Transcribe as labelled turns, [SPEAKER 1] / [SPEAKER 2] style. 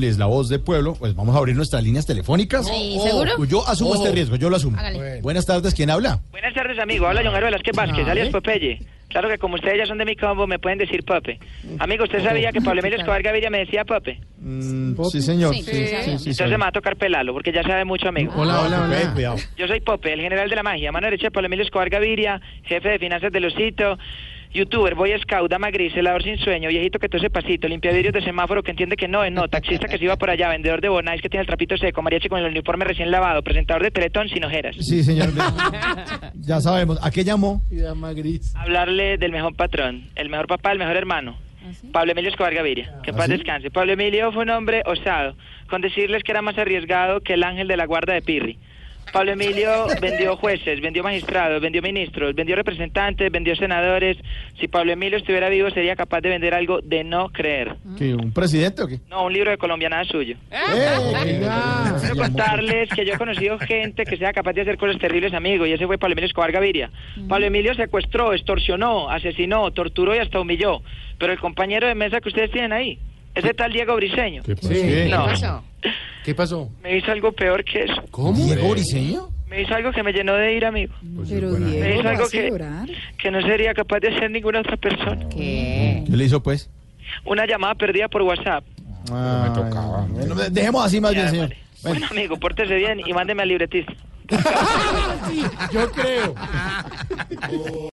[SPEAKER 1] es la voz del pueblo, pues vamos a abrir nuestras líneas telefónicas.
[SPEAKER 2] Sí, ¿seguro?
[SPEAKER 1] Yo asumo
[SPEAKER 2] Oh.
[SPEAKER 1] este riesgo, yo lo asumo.
[SPEAKER 2] Hágale.
[SPEAKER 1] Buenas tardes, ¿quién habla?
[SPEAKER 3] Buenas tardes, amigo. Habla John Jairo Velázquez Vázquez, alias Popeye. Claro que como ustedes ya son de mi combo, me pueden decir Pope. Amigo, ¿usted sabía que Pablo Emilio Escobar Gaviria me decía Pope?
[SPEAKER 1] Mm, sí, señor.
[SPEAKER 2] Sí,
[SPEAKER 1] Sí,
[SPEAKER 2] sí,
[SPEAKER 1] sí, sí, sí,
[SPEAKER 3] Entonces
[SPEAKER 1] soy.
[SPEAKER 3] me va a tocar pelalo, porque ya sabe mucho, amigo.
[SPEAKER 1] Hola, hola, hola. Ah, Cuidado.
[SPEAKER 3] Yo soy Pope, el general de la magia, mano derecha de Pablo Emilio Escobar Gaviria, jefe de finanzas del Osito, youtuber, boy scout, dama gris, helador sin sueño, viejito que tose pasito, limpiadirios de semáforo que entiende que no es no, taxista que se iba por allá, vendedor de bonais que tiene el trapito seco, mariachi con el uniforme recién lavado, presentador de Teletón sin ojeras.
[SPEAKER 1] Sí, señor. ya sabemos. ¿A qué llamó?
[SPEAKER 3] Hablarle del mejor patrón, el mejor papá, el mejor hermano. Pablo Emilio Escobar Gaviria, que en paz
[SPEAKER 1] ¿Ah, sí?
[SPEAKER 3] descanse. Pablo Emilio fue un hombre osado, con decirles que era más arriesgado que el ángel de la guarda de Pirri. Pablo Emilio vendió jueces, vendió magistrados, vendió ministros, vendió representantes, vendió senadores. Si Pablo Emilio estuviera vivo sería capaz de vender algo de no creer.
[SPEAKER 2] Ah.
[SPEAKER 1] ¿Que ¿Un presidente o qué?
[SPEAKER 3] No, un libro de colombianada suyo.
[SPEAKER 1] ¡Eh!
[SPEAKER 3] Quiero
[SPEAKER 1] Llamó.
[SPEAKER 3] contarles que yo he conocido gente que sea capaz de hacer cosas terribles, amigo, y ese fue Pablo Emilio Escobar Gaviria.
[SPEAKER 1] Mm.
[SPEAKER 3] Pablo Emilio secuestró, extorsionó, asesinó, torturó y hasta humilló. Pero el compañero de mesa que ustedes tienen ahí, ese tal Diego Briseño,
[SPEAKER 4] ¿Qué pasó?
[SPEAKER 1] Sí.
[SPEAKER 3] No.
[SPEAKER 2] pasó?
[SPEAKER 4] ¿Qué pasó?
[SPEAKER 3] me hizo algo peor que eso.
[SPEAKER 4] ¿Cómo?
[SPEAKER 1] ¿Diego Briseño?
[SPEAKER 3] Me hizo algo que me llenó de ira, amigo,
[SPEAKER 4] Pues es
[SPEAKER 5] Pero
[SPEAKER 4] buena gente.
[SPEAKER 3] Es
[SPEAKER 5] Diego,
[SPEAKER 3] algo
[SPEAKER 5] ¿vas a
[SPEAKER 3] que-
[SPEAKER 5] llorar?
[SPEAKER 3] que no sería capaz de hacer ninguna otra persona.
[SPEAKER 2] ¿Qué?
[SPEAKER 1] ¿Qué le hizo, pues?
[SPEAKER 3] Una llamada perdida por WhatsApp.
[SPEAKER 1] Ah,
[SPEAKER 4] me tocaba.
[SPEAKER 1] bueno, dejemos así más bien,
[SPEAKER 3] Ya,
[SPEAKER 1] señor.
[SPEAKER 3] vale. Bueno, amigo, pórtese bien y mándeme al libretista.
[SPEAKER 1] Yo creo.